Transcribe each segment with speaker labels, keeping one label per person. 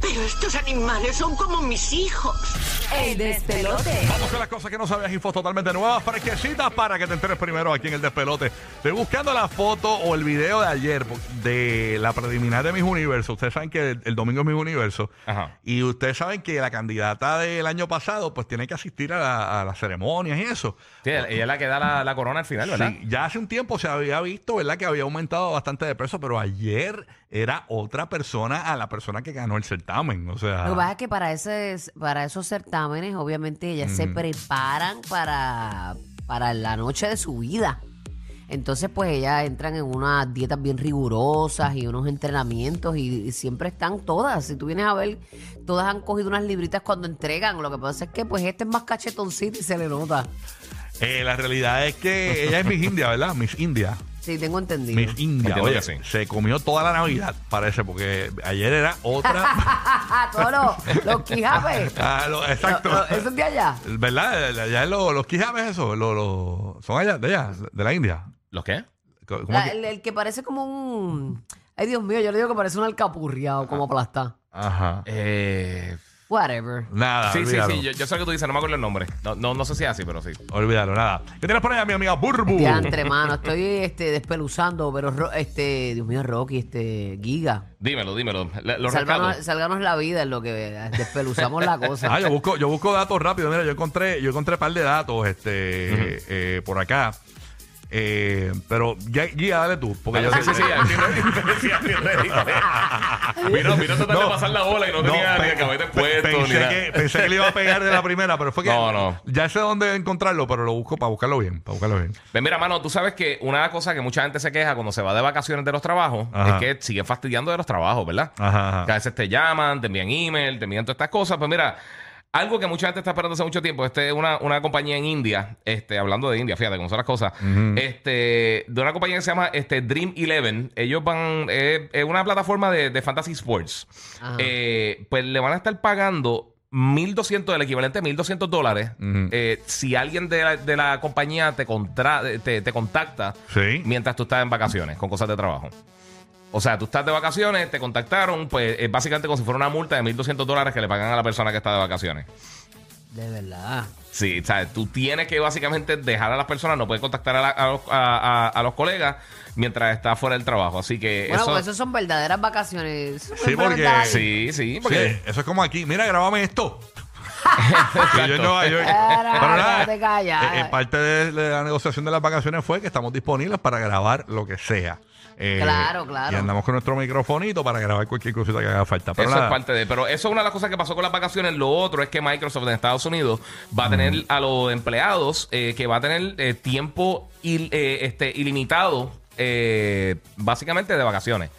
Speaker 1: Pero estos animales son como mis hijos.
Speaker 2: El despelote.
Speaker 3: Vamos con las cosas que no sabías, infos totalmente nuevas, fresquecitas para que te enteres primero aquí en el despelote. Estoy buscando la foto o el video de ayer de la preliminar de Mis Universo. Ustedes saben que el, el domingo es Mis Universo.
Speaker 4: Ajá.
Speaker 3: Y ustedes saben que la candidata del año pasado pues tiene que asistir a, la- a las ceremonias y eso.
Speaker 4: Sí, ella es la que da la, la corona al final, ¿verdad?
Speaker 3: Sí, ya hace un tiempo se había visto, ¿verdad? Que había aumentado bastante de peso, pero ayer era otra persona a la persona que ganó el certamen. O sea,
Speaker 5: Lo que pasa es que para, ese, para esos certámenes, obviamente, ellas se preparan para, para la noche de su vida. Entonces, pues ellas entran en unas dietas bien rigurosas y unos entrenamientos y, y siempre están todas. Si tú vienes a ver, todas han cogido unas libritas cuando entregan. Lo que pasa es que, pues, este es más cachetoncito y se le nota.
Speaker 3: eh, la realidad es que ella es Miss India, ¿verdad? Miss India.
Speaker 5: Sí, tengo entendido.
Speaker 3: Miss India,
Speaker 4: Entiendo
Speaker 3: oye,
Speaker 4: que sí.
Speaker 3: se comió toda la Navidad, parece, porque ayer era otra.
Speaker 5: Ah, todos los, los quijapes.
Speaker 3: Ah, lo- exacto.
Speaker 5: Lo- lo- Eso es de allá.
Speaker 3: ¿Verdad? Allá los, los quijabes, eso, lo- lo- son allá, de allá, de la India.
Speaker 4: ¿Los qué?
Speaker 3: ¿Cómo
Speaker 5: La-
Speaker 3: que-
Speaker 5: el, el que parece como un. Ay, Dios mío, yo le digo que parece un alcapurria o como aplastá.
Speaker 3: Ajá.
Speaker 4: Eh,
Speaker 5: Whatever.
Speaker 3: Nada,
Speaker 4: sí, sí,
Speaker 3: olvídalo.
Speaker 4: sí. Yo, yo sé lo que tú dices, no me acuerdo el nombre. No, no, no sé si es así, pero sí.
Speaker 3: Olvídalo, nada. ¿Qué tienes por allá, mi amiga Burbu?
Speaker 5: Ya, entre mano, estoy este, despeluzando, pero Ro- este, Dios mío, Rocky, este, Giga.
Speaker 4: Dímelo, dímelo. Le- Lo
Speaker 5: Sálvanos,
Speaker 4: rescato.
Speaker 5: sálvanos la vida en lo que despeluzamos la cosa.
Speaker 3: Ah, yo busco, yo busco datos rápido. Mira, yo encontré, yo encontré un par de datos, este, eh, por acá. Eh, pero ya, guía, dale tú. Porque
Speaker 4: Dale,
Speaker 3: yo
Speaker 4: sí, sí, sí, estoy ready, sí, estoy ready. Mira, mira, tratar de pasar la bola y no tenía ni el cabete puesto ni
Speaker 3: pensé,
Speaker 4: nada.
Speaker 3: que, pensé que le iba a pegar de la primera, pero fue que
Speaker 4: No, no.
Speaker 3: ya sé dónde encontrarlo, pero lo busco para buscarlo bien, para buscarlo bien.
Speaker 4: Ven, mira, mano, tú sabes que una cosa que mucha gente se queja cuando se va de vacaciones de los trabajos
Speaker 3: Ajá.
Speaker 4: es que siguen fastidiando de los trabajos, ¿verdad?
Speaker 3: Ajá, ajá.
Speaker 4: Que a veces te llaman, te envían email, te envían todas estas cosas. Pues mira, algo que mucha gente está esperando hace mucho tiempo, este, una, una compañía en India, este, hablando de India, fíjate cómo son las cosas, este, de una compañía que se llama este, Dream Eleven, ellos van, es es una plataforma de, de fantasy sports,
Speaker 5: Ajá.
Speaker 4: Eh, pues le van a estar pagando 1.200, el equivalente a 1.200 dólares, eh, si alguien de la, de la compañía te, contra, te, te contacta
Speaker 3: Sí.
Speaker 4: mientras tú estás en vacaciones con cosas de trabajo. O sea, tú estás de vacaciones, te contactaron, pues es básicamente como si fuera una multa de 1.200 dólares que le pagan a la persona que está de vacaciones.
Speaker 5: De verdad.
Speaker 4: Sí, o sea, tú tienes que básicamente dejar a las personas, no puedes contactar a, la- a los, a- a- a los colegas mientras estás fuera del trabajo. Así que
Speaker 5: Bueno,
Speaker 4: eso... eh,
Speaker 5: pues eso son verdaderas vacaciones. Eso es
Speaker 3: Sí, porque-
Speaker 5: verdad.
Speaker 4: Sí, sí,
Speaker 3: Sí,
Speaker 4: porque...
Speaker 3: eso es como aquí. Mira, grabame esto. Y yo en Nueva York.
Speaker 5: Ahora,
Speaker 3: Pero
Speaker 5: no te
Speaker 3: nada,
Speaker 5: callas.
Speaker 3: eh, eh, parte de la negociación de las vacaciones fue que estamos disponibles para grabar lo que sea. Eh,
Speaker 5: Claro, claro.
Speaker 3: Y andamos con nuestro microfonito para grabar cualquier cosita que haga falta. Pero
Speaker 4: eso
Speaker 3: nada,
Speaker 4: es parte de. Pero eso es una de las cosas que pasó con las vacaciones. Lo otro es que Microsoft en Estados Unidos va a tener a los empleados eh, que va a tener eh, tiempo il- eh, este, ilimitado, eh, básicamente de vacaciones.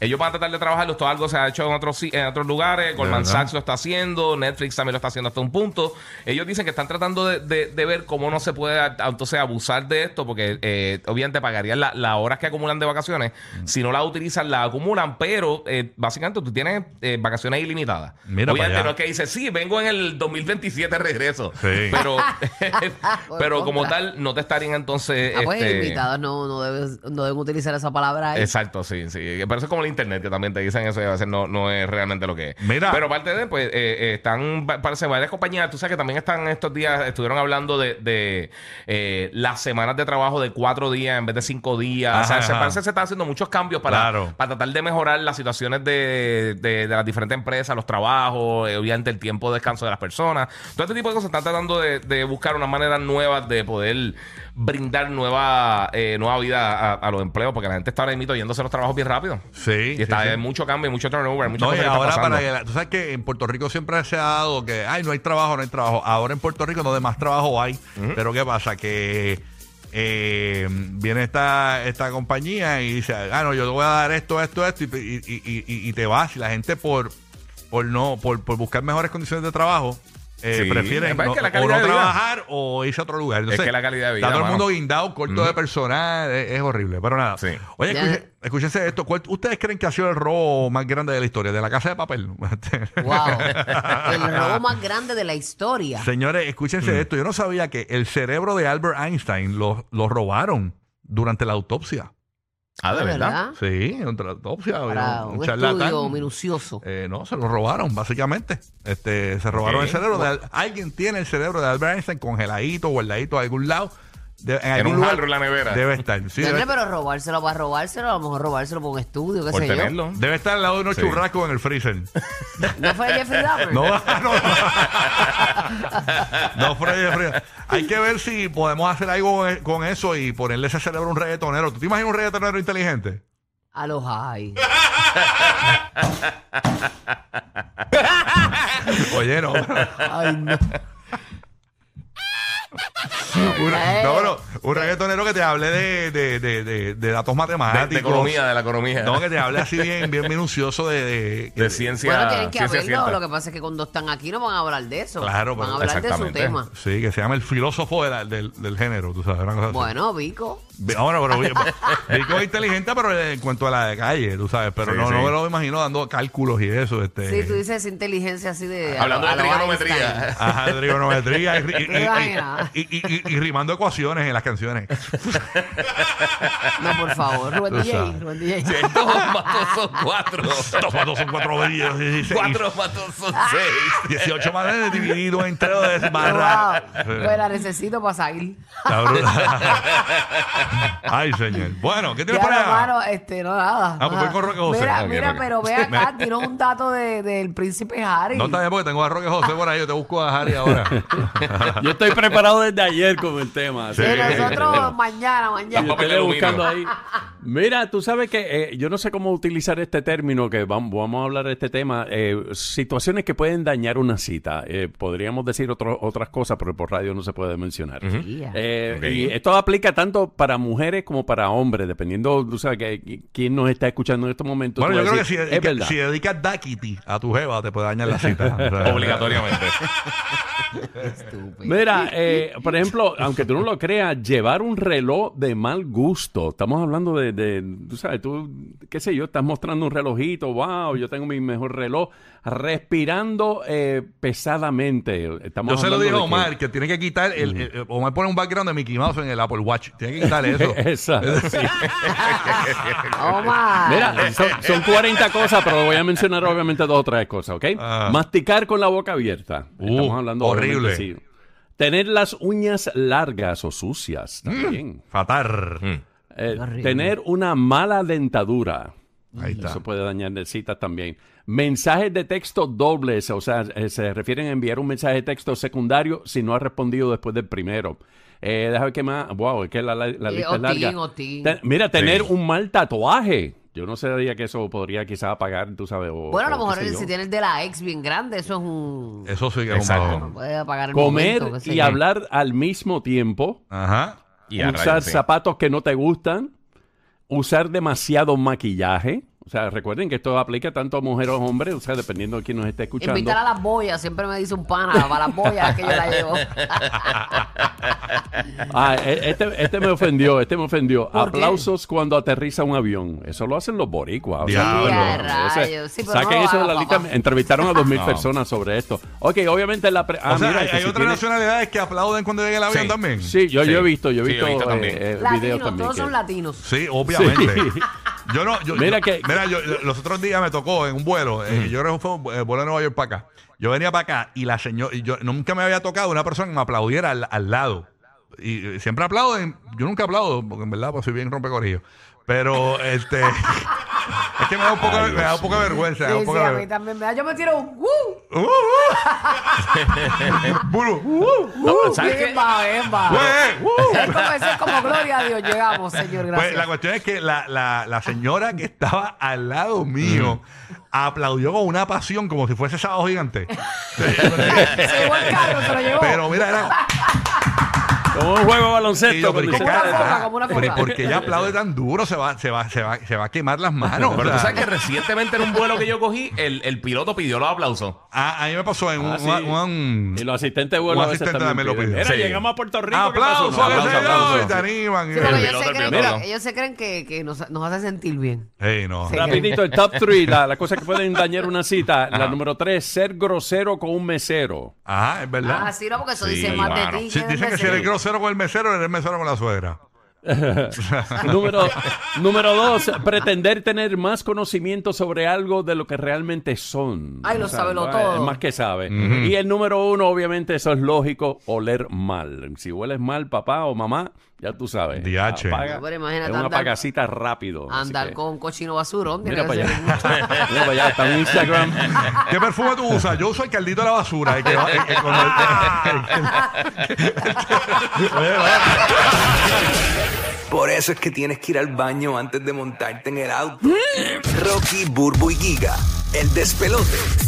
Speaker 4: Ellos van a tratar de trabajarlo. Esto algo se ha hecho en otros, si- en otros lugares. Goldman
Speaker 3: verdad?
Speaker 4: Sachs lo está haciendo. Netflix también lo está haciendo hasta un punto. Ellos dicen que están tratando de, de- de ver cómo no se puede a- entonces abusar de esto, porque eh, obviamente pagarían la- las horas que acumulan de vacaciones. Si no las utilizan, las acumulan, pero eh, básicamente tú tienes eh, vacaciones ilimitadas.
Speaker 3: Mira
Speaker 4: obviamente
Speaker 3: para allá.
Speaker 4: no es que dices, sí, vengo en el 2027 regreso.
Speaker 3: Sí.
Speaker 4: Pero, pero
Speaker 5: Por
Speaker 4: como
Speaker 5: contra.
Speaker 4: tal, no te estarían entonces.
Speaker 5: Ah, pues
Speaker 4: este,
Speaker 5: invitados no, no, debes- no deben utilizar esa palabra ahí.
Speaker 4: Exacto, sí, sí. Pero eso es como la internet que también te dicen eso y a veces no, no es realmente lo que es.
Speaker 3: Mira.
Speaker 4: Pero aparte de, pues, eh, eh, están, va- parece, varias compañías, tú sabes que también están estos días, estuvieron hablando de, de, eh, las semanas de trabajo de cuatro días en vez de cinco días. o sea,
Speaker 3: Ajá,
Speaker 4: se
Speaker 3: ajá.
Speaker 4: parece que se están haciendo muchos cambios para,
Speaker 3: Claro.
Speaker 4: para tratar de mejorar las situaciones de, de- de las diferentes empresas, los trabajos, eh, obviamente el tiempo de descanso de las personas. Todo este tipo de cosas están tratando de, de buscar una manera nueva de poder brindar nueva, eh, nueva vida a, a los empleos, porque la gente está ahora mismo yéndose a los trabajos bien rápido.
Speaker 3: Sí,
Speaker 4: Y está
Speaker 3: sí, sí.
Speaker 4: hay mucho cambio, mucho turnover, muchas
Speaker 3: No, y
Speaker 4: cosas que están
Speaker 3: ahora
Speaker 4: pasando.
Speaker 3: para que la- tú sabes que en Puerto Rico siempre se ha dado que ay no hay trabajo, no hay trabajo. Ahora en Puerto Rico donde más trabajo hay, pero qué pasa que eh, viene esta esta compañía y dice ah no yo te voy a dar esto, esto, esto y, y- y- y- y te vas y la gente por por no por, por buscar mejores condiciones de trabajo eh,
Speaker 4: Sí,
Speaker 3: prefiere
Speaker 4: es que
Speaker 3: no-
Speaker 4: la
Speaker 3: o
Speaker 4: calidad
Speaker 3: no
Speaker 4: de vida.
Speaker 3: trabajar o irse a otro lugar. Entonces,
Speaker 4: que la calidad de vida,
Speaker 3: Está todo el
Speaker 4: mano.
Speaker 3: mundo guindado, corto de personal, es, es horrible. Pero nada.
Speaker 4: Sí.
Speaker 3: Oye,
Speaker 5: Ya.
Speaker 3: escuche- Escúchense esto. ¿Cuál- ¿Ustedes creen que ha sido el robo más grande de la historia? ¿De la casa de papel?
Speaker 5: Wow. El robo más grande de la historia.
Speaker 3: Señores,
Speaker 4: Mm.
Speaker 3: escúchense esto. Yo no sabía que el cerebro de Albert Einstein lo, lo robaron durante la autopsia.
Speaker 4: Ah, de verdad.
Speaker 3: Sí, durante la autopsia.
Speaker 5: Para
Speaker 3: vieron,
Speaker 5: un
Speaker 3: charlatán.
Speaker 5: estudio minucioso.
Speaker 3: Eh, no, se lo robaron, básicamente. Este, se robaron
Speaker 4: Ok.
Speaker 3: el cerebro. de Al- alguien tiene el cerebro de Albert Einstein congeladito, guardadito a algún lado. De- en algún
Speaker 4: un
Speaker 3: lugar
Speaker 4: jarro en la nevera.
Speaker 3: Debe estar. Sí,
Speaker 5: Nene,
Speaker 3: debe,
Speaker 5: pero robárselo para robárselo, a lo mejor robárselo por un estudio, qué
Speaker 4: Por
Speaker 5: sé yo.
Speaker 4: tenerlo.
Speaker 3: debe estar al lado de unos
Speaker 4: Sí.
Speaker 3: churrascos en el freezer.
Speaker 5: ¿No fue Jeffrey Dahmer?
Speaker 3: No, no. No, Freddy, Freddy. Hay que ver si podemos hacer algo con eso y ponerle ese cerebro a un reggaetonero. ¿Tú te imaginas un reggaetonero inteligente?
Speaker 5: A los high.
Speaker 3: Oye, no.
Speaker 5: Ay, no.
Speaker 3: Un, no, no. Un reggaetonero que te hable de, de, de, de, de datos
Speaker 4: De,
Speaker 3: matemáticos.
Speaker 4: de economía, de la economía.
Speaker 3: No, que te hable así bien, bien minucioso de... de-
Speaker 4: De ciencia.
Speaker 5: Bueno, tienen que
Speaker 4: ciencia
Speaker 5: haberlo.
Speaker 4: cierta.
Speaker 5: Lo que pasa es que cuando están aquí no van a hablar de eso.
Speaker 3: Claro, pues,
Speaker 5: Van a
Speaker 3: pero-
Speaker 5: hablar de su
Speaker 4: exactamente.
Speaker 5: tema.
Speaker 3: Sí, que se llama el filósofo de la- del, del género, tú sabes. Una cosa así.
Speaker 5: Bueno, Vico.
Speaker 3: Ah, Bueno, pero oye, Vico es inteligente, pero en cuanto a la de calle, tú sabes. Pero
Speaker 4: Sí,
Speaker 3: no, no
Speaker 4: sí.
Speaker 3: me lo imagino dando cálculos y eso. Este,
Speaker 5: Sí, tú dices inteligencia así de. a lo-
Speaker 4: Hablando de
Speaker 5: a lo
Speaker 4: trigonometría.
Speaker 3: Ajá, de trigonometría y, y-
Speaker 5: ¿Te imaginas?
Speaker 3: y- y- y- y- y rimando ecuaciones en las canciones.
Speaker 5: Einstein. No, por favor, Rubén
Speaker 3: Tú
Speaker 5: DJ.
Speaker 3: sabes.
Speaker 5: Rubén DJ.
Speaker 4: Dos más dos son cuatro.
Speaker 3: Dos más dos son cuatro veintidós, dieciséis.
Speaker 4: Cuatro más dos son
Speaker 6: Ah.
Speaker 4: seis.
Speaker 3: 18 más de dividido entre dos es barra.
Speaker 5: Wow. Pues la necesito para salir.
Speaker 3: Está brutal. Ay, señor. Bueno, ¿qué
Speaker 5: Ya,
Speaker 3: tienes para
Speaker 5: hermano, este, no, nada.
Speaker 3: Ah, pues
Speaker 5: Ajá.
Speaker 3: voy con Roque José.
Speaker 5: Mira,
Speaker 4: Ok,
Speaker 5: mira,
Speaker 4: ok.
Speaker 5: pero ve acá, tiró un dato de- del príncipe Harry.
Speaker 3: No está bien porque tengo a Roque José por ahí. Yo te busco a Harry ahora.
Speaker 6: Yo estoy preparado desde ayer con el tema. así
Speaker 5: Sí,
Speaker 6: que-
Speaker 5: nosotros mañana, mañana.
Speaker 6: Yo te
Speaker 4: Papel
Speaker 6: veo
Speaker 4: de
Speaker 6: buscando ahí. Mira, tú sabes que eh, yo no sé cómo utilizar este término, que vam- vamos a hablar de este tema. eh, situaciones que pueden dañar una cita. Eh, podríamos decir otro- otras cosas, pero por radio no se puede mencionar.
Speaker 5: Yeah.
Speaker 6: Eh,
Speaker 4: Ok.
Speaker 6: Y esto aplica tanto para mujeres como para hombres, dependiendo, tú sabes, que, que- quién nos está escuchando en estos momentos.
Speaker 3: Bueno, yo
Speaker 6: tú
Speaker 3: creo que
Speaker 6: vas
Speaker 3: si,
Speaker 6: a decir, es
Speaker 3: dedica-
Speaker 6: verdad.
Speaker 3: si dedicas Daquiti a tu jeva, te puede dañar la cita. O sea,
Speaker 4: Obligatoriamente.
Speaker 5: Estúpido.
Speaker 6: Mira, eh, por ejemplo, aunque tú no lo creas, llevar un reloj de mal gusto. Estamos hablando de, de, tú sabes, tú, qué sé yo, estás mostrando un relojito, wow, yo tengo mi mejor reloj, respirando eh, pesadamente. Estamos
Speaker 3: Yo se lo
Speaker 6: hablando
Speaker 3: dije a
Speaker 6: de que-
Speaker 3: Omar que, tiene que quitar. El, el- Omar pone un background de Mickey Mouse en el Apple Watch. Tiene que quitar eso.
Speaker 6: Exacto, sí.
Speaker 5: Omar.
Speaker 6: Mira, son, son 40 cosas, pero voy a mencionar obviamente dos o tres cosas, ¿ok?
Speaker 3: Ah.
Speaker 6: Masticar con la boca abierta. Estamos
Speaker 3: Uh,
Speaker 6: hablando
Speaker 3: horrible.
Speaker 6: obviamente, sí. Tener las uñas largas o sucias
Speaker 3: Mm.
Speaker 6: también.
Speaker 3: Fatar.
Speaker 6: Eh,
Speaker 5: Horrible.
Speaker 6: tener una mala dentadura.
Speaker 3: Ahí está.
Speaker 6: Eso puede dañar de citas también. Mensajes de texto dobles, o sea, eh, se refieren a enviar un mensaje de texto secundario si no ha respondido después del primero. Eh, déjame ver qué más. Wow, es que la, la- la
Speaker 5: Eh,
Speaker 6: lista
Speaker 5: Otín,
Speaker 6: es larga.
Speaker 5: Otín.
Speaker 6: Te- mira, tener un mal tatuaje. Yo no sabía que eso podría quizás apagar, tú sabes. o-
Speaker 5: Bueno, a lo
Speaker 6: o qué
Speaker 5: mejor
Speaker 6: sé yo.
Speaker 5: si tienes de la ex bien grande, eso es un.
Speaker 3: Eso sí que es un
Speaker 4: Exacto.
Speaker 3: bajón.
Speaker 5: Puede apagar el
Speaker 6: Comer
Speaker 5: momento, qué sé
Speaker 6: y
Speaker 5: yo.
Speaker 6: hablar al mismo tiempo.
Speaker 3: Ajá.
Speaker 4: Y a
Speaker 6: usar
Speaker 4: rayos, sí.
Speaker 6: zapatos que no te gustan, usar demasiado maquillaje. O sea, recuerden que esto aplica tanto a mujeres o hombres, o sea, dependiendo de quién nos esté escuchando.
Speaker 5: Invitar a las boyas, siempre me dice un pana, para las boyas que yo la llevo.
Speaker 6: Ah, e- este, este me ofendió, este me ofendió.
Speaker 5: ¿Por qué?
Speaker 6: Aplausos cuando aterriza un avión. Eso lo hacen los boricuas. o sea,
Speaker 3: Diablo.
Speaker 6: no, ese-
Speaker 5: rayos. Sí, pero
Speaker 6: saquen
Speaker 5: no lo
Speaker 6: eso de la
Speaker 5: haga,
Speaker 6: lista.
Speaker 5: papá.
Speaker 6: Entrevistaron a dos mil personas sobre esto. Ok, obviamente la... pre- ah,
Speaker 3: o sea,
Speaker 6: mira,
Speaker 3: hay,
Speaker 6: que
Speaker 3: hay
Speaker 6: si
Speaker 3: otras
Speaker 6: tiene-
Speaker 3: nacionalidades que aplauden cuando llega el avión
Speaker 4: Sí.
Speaker 3: también.
Speaker 6: Sí, yo, yo he
Speaker 4: Sí.
Speaker 6: visto, yo he
Speaker 4: Sí,
Speaker 6: visto,
Speaker 4: yo he visto
Speaker 6: eh,
Speaker 4: también.
Speaker 6: eh, videos
Speaker 5: Latinos,
Speaker 6: también.
Speaker 5: todos
Speaker 6: que-
Speaker 5: son latinos.
Speaker 3: Sí, obviamente.
Speaker 6: Sí.
Speaker 3: Yo no, yo,
Speaker 6: Mira
Speaker 3: yo-
Speaker 6: que-
Speaker 3: mira, yo- yo- los otros días me tocó en un vuelo, eh, yo creo que fue un vu- eh, vuelo de Nueva York para acá. Yo venía para acá y la señora, y yo nunca me había tocado una persona que me aplaudiera al, al lado. Y eh, siempre aplauden, yo nunca aplaudo, porque en verdad pues soy bien rompecorillo. Pero este es que me da un poco,
Speaker 6: Ay,
Speaker 3: me da
Speaker 6: Dios
Speaker 3: un poco de vergüenza. me da un
Speaker 5: Sí,
Speaker 3: poco
Speaker 5: sí, a
Speaker 3: de
Speaker 5: mí
Speaker 3: ver-
Speaker 5: también me da. Yo me tiro un. ¡Uh!
Speaker 3: Uh, uh. Bulu, uh,
Speaker 6: No, ¿sabes qué?
Speaker 5: ¡Emba, emba!
Speaker 3: güey, uh.
Speaker 5: Es como, eso es como gloria a Dios. Llegamos, señor, gracias.
Speaker 3: Pues la cuestión es que la, la- la señora que estaba al lado
Speaker 5: Mm.
Speaker 3: mío aplaudió con una pasión como si fuese sábado gigante.
Speaker 5: Se llevó el carro, se lo llevó.
Speaker 3: Pero mira, era
Speaker 6: Como un juego de
Speaker 3: y yo, pero
Speaker 6: baloncesto. cuando
Speaker 3: ¿y qué
Speaker 6: se-
Speaker 5: Como una
Speaker 3: cara-
Speaker 5: foca, como una
Speaker 3: pero ¿y
Speaker 5: foca.
Speaker 3: ¿Por qué ella aplaude tan duro? Se va, se va, se va, se va a quemar las manos.
Speaker 4: Pero
Speaker 3: O sea,
Speaker 4: tú
Speaker 6: Ah.
Speaker 4: sabes que recientemente en un vuelo que yo cogí, el, el piloto pidió los aplausos.
Speaker 3: a, a mí me pasó en un,
Speaker 6: Ah, sí.
Speaker 3: un- un-
Speaker 6: Y los asistentes de vuelo
Speaker 3: Un
Speaker 6: a veces
Speaker 3: asistente también
Speaker 6: también
Speaker 3: lo
Speaker 6: piden.
Speaker 3: pide.
Speaker 6: Era,
Speaker 4: Sí.
Speaker 6: llegamos a Puerto Rico. ¿qué pasó?
Speaker 3: aplauso,
Speaker 6: No,
Speaker 3: que
Speaker 6: aplauso,
Speaker 3: se
Speaker 6: aplauso,
Speaker 3: dio, y te
Speaker 6: aplauso.
Speaker 3: animan.
Speaker 5: Sí, porque
Speaker 3: Eh,
Speaker 5: ellos
Speaker 4: Pero
Speaker 5: se, creen
Speaker 4: terminó.
Speaker 5: que, ellos se creen que, que nos, nos hace sentir bien.
Speaker 3: eh, no.
Speaker 5: Sí.
Speaker 6: Rapidito, el top 3, la, la cosa que pueden dañar una cita. La número 3, ser grosero con un mesero.
Speaker 3: Ajá, es verdad.
Speaker 5: Ah, sí, no, porque eso
Speaker 4: Sí,
Speaker 5: dice más
Speaker 4: mano.
Speaker 5: de ti.
Speaker 3: Sí,
Speaker 5: del
Speaker 3: dicen que si
Speaker 5: mesero.
Speaker 3: eres grosero con el mesero, eres mesero con la suegra.
Speaker 6: número, número 2, pretender tener más conocimiento sobre algo de lo que realmente son.
Speaker 5: Ay, lo sabe lo
Speaker 6: no,
Speaker 5: todo.
Speaker 6: es Más que sabe. Y el número 1, obviamente, eso es lógico, oler mal. Si hueles mal, papá o mamá, ya tú sabes.
Speaker 3: DH.
Speaker 6: Apaga,
Speaker 5: Pero imagínate
Speaker 6: es una
Speaker 5: andar-
Speaker 6: apagacita rápido. así
Speaker 5: Andar
Speaker 6: que-
Speaker 5: con cochino basurón. tiene
Speaker 6: Mira
Speaker 5: que
Speaker 6: para allá.
Speaker 5: ser-
Speaker 6: Mira para allá. Está en Instagram.
Speaker 3: ¿Qué perfume tú usas? Yo uso el caldito de la basura. el que va- el que con el-
Speaker 7: Por eso es que tienes que ir al baño antes de montarte en el auto. Rocky, Burbu y Giga, el despelote.